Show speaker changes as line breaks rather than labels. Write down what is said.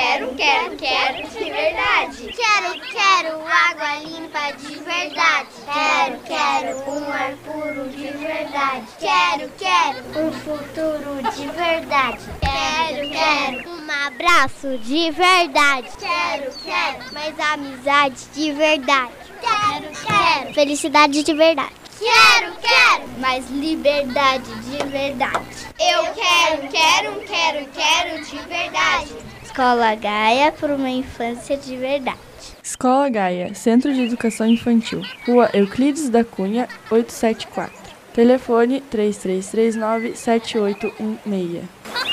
quero, quero de verdade.
Quero, quero água limpa de verdade.
Quero, quero um ar puro de verdade.
Quero, quero
um futuro de verdade.
Quero, quero um abraço de verdade.
Quero, quero
mais amizade de verdade.
Quero, quero
felicidade de verdade.
Quero, quero
mais liberdade de verdade.
Eu quero, quero, quero, quero de verdade.
Escola Gaia para uma infância de verdade.
Escola Gaia, Centro de Educação Infantil, Rua Euclides da Cunha, um 874. Telefone 3339-7816.